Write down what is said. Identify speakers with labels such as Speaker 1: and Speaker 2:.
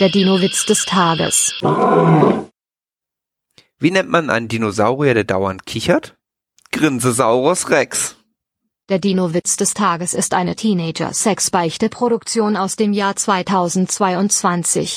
Speaker 1: Der Dino-Witz des Tages.
Speaker 2: Wie nennt man einen Dinosaurier, der dauernd kichert? Grinsesaurus Rex.
Speaker 1: Der Dino-Witz des Tages ist eine Teenager-Sex-Beichte-Produktion aus dem Jahr 2022.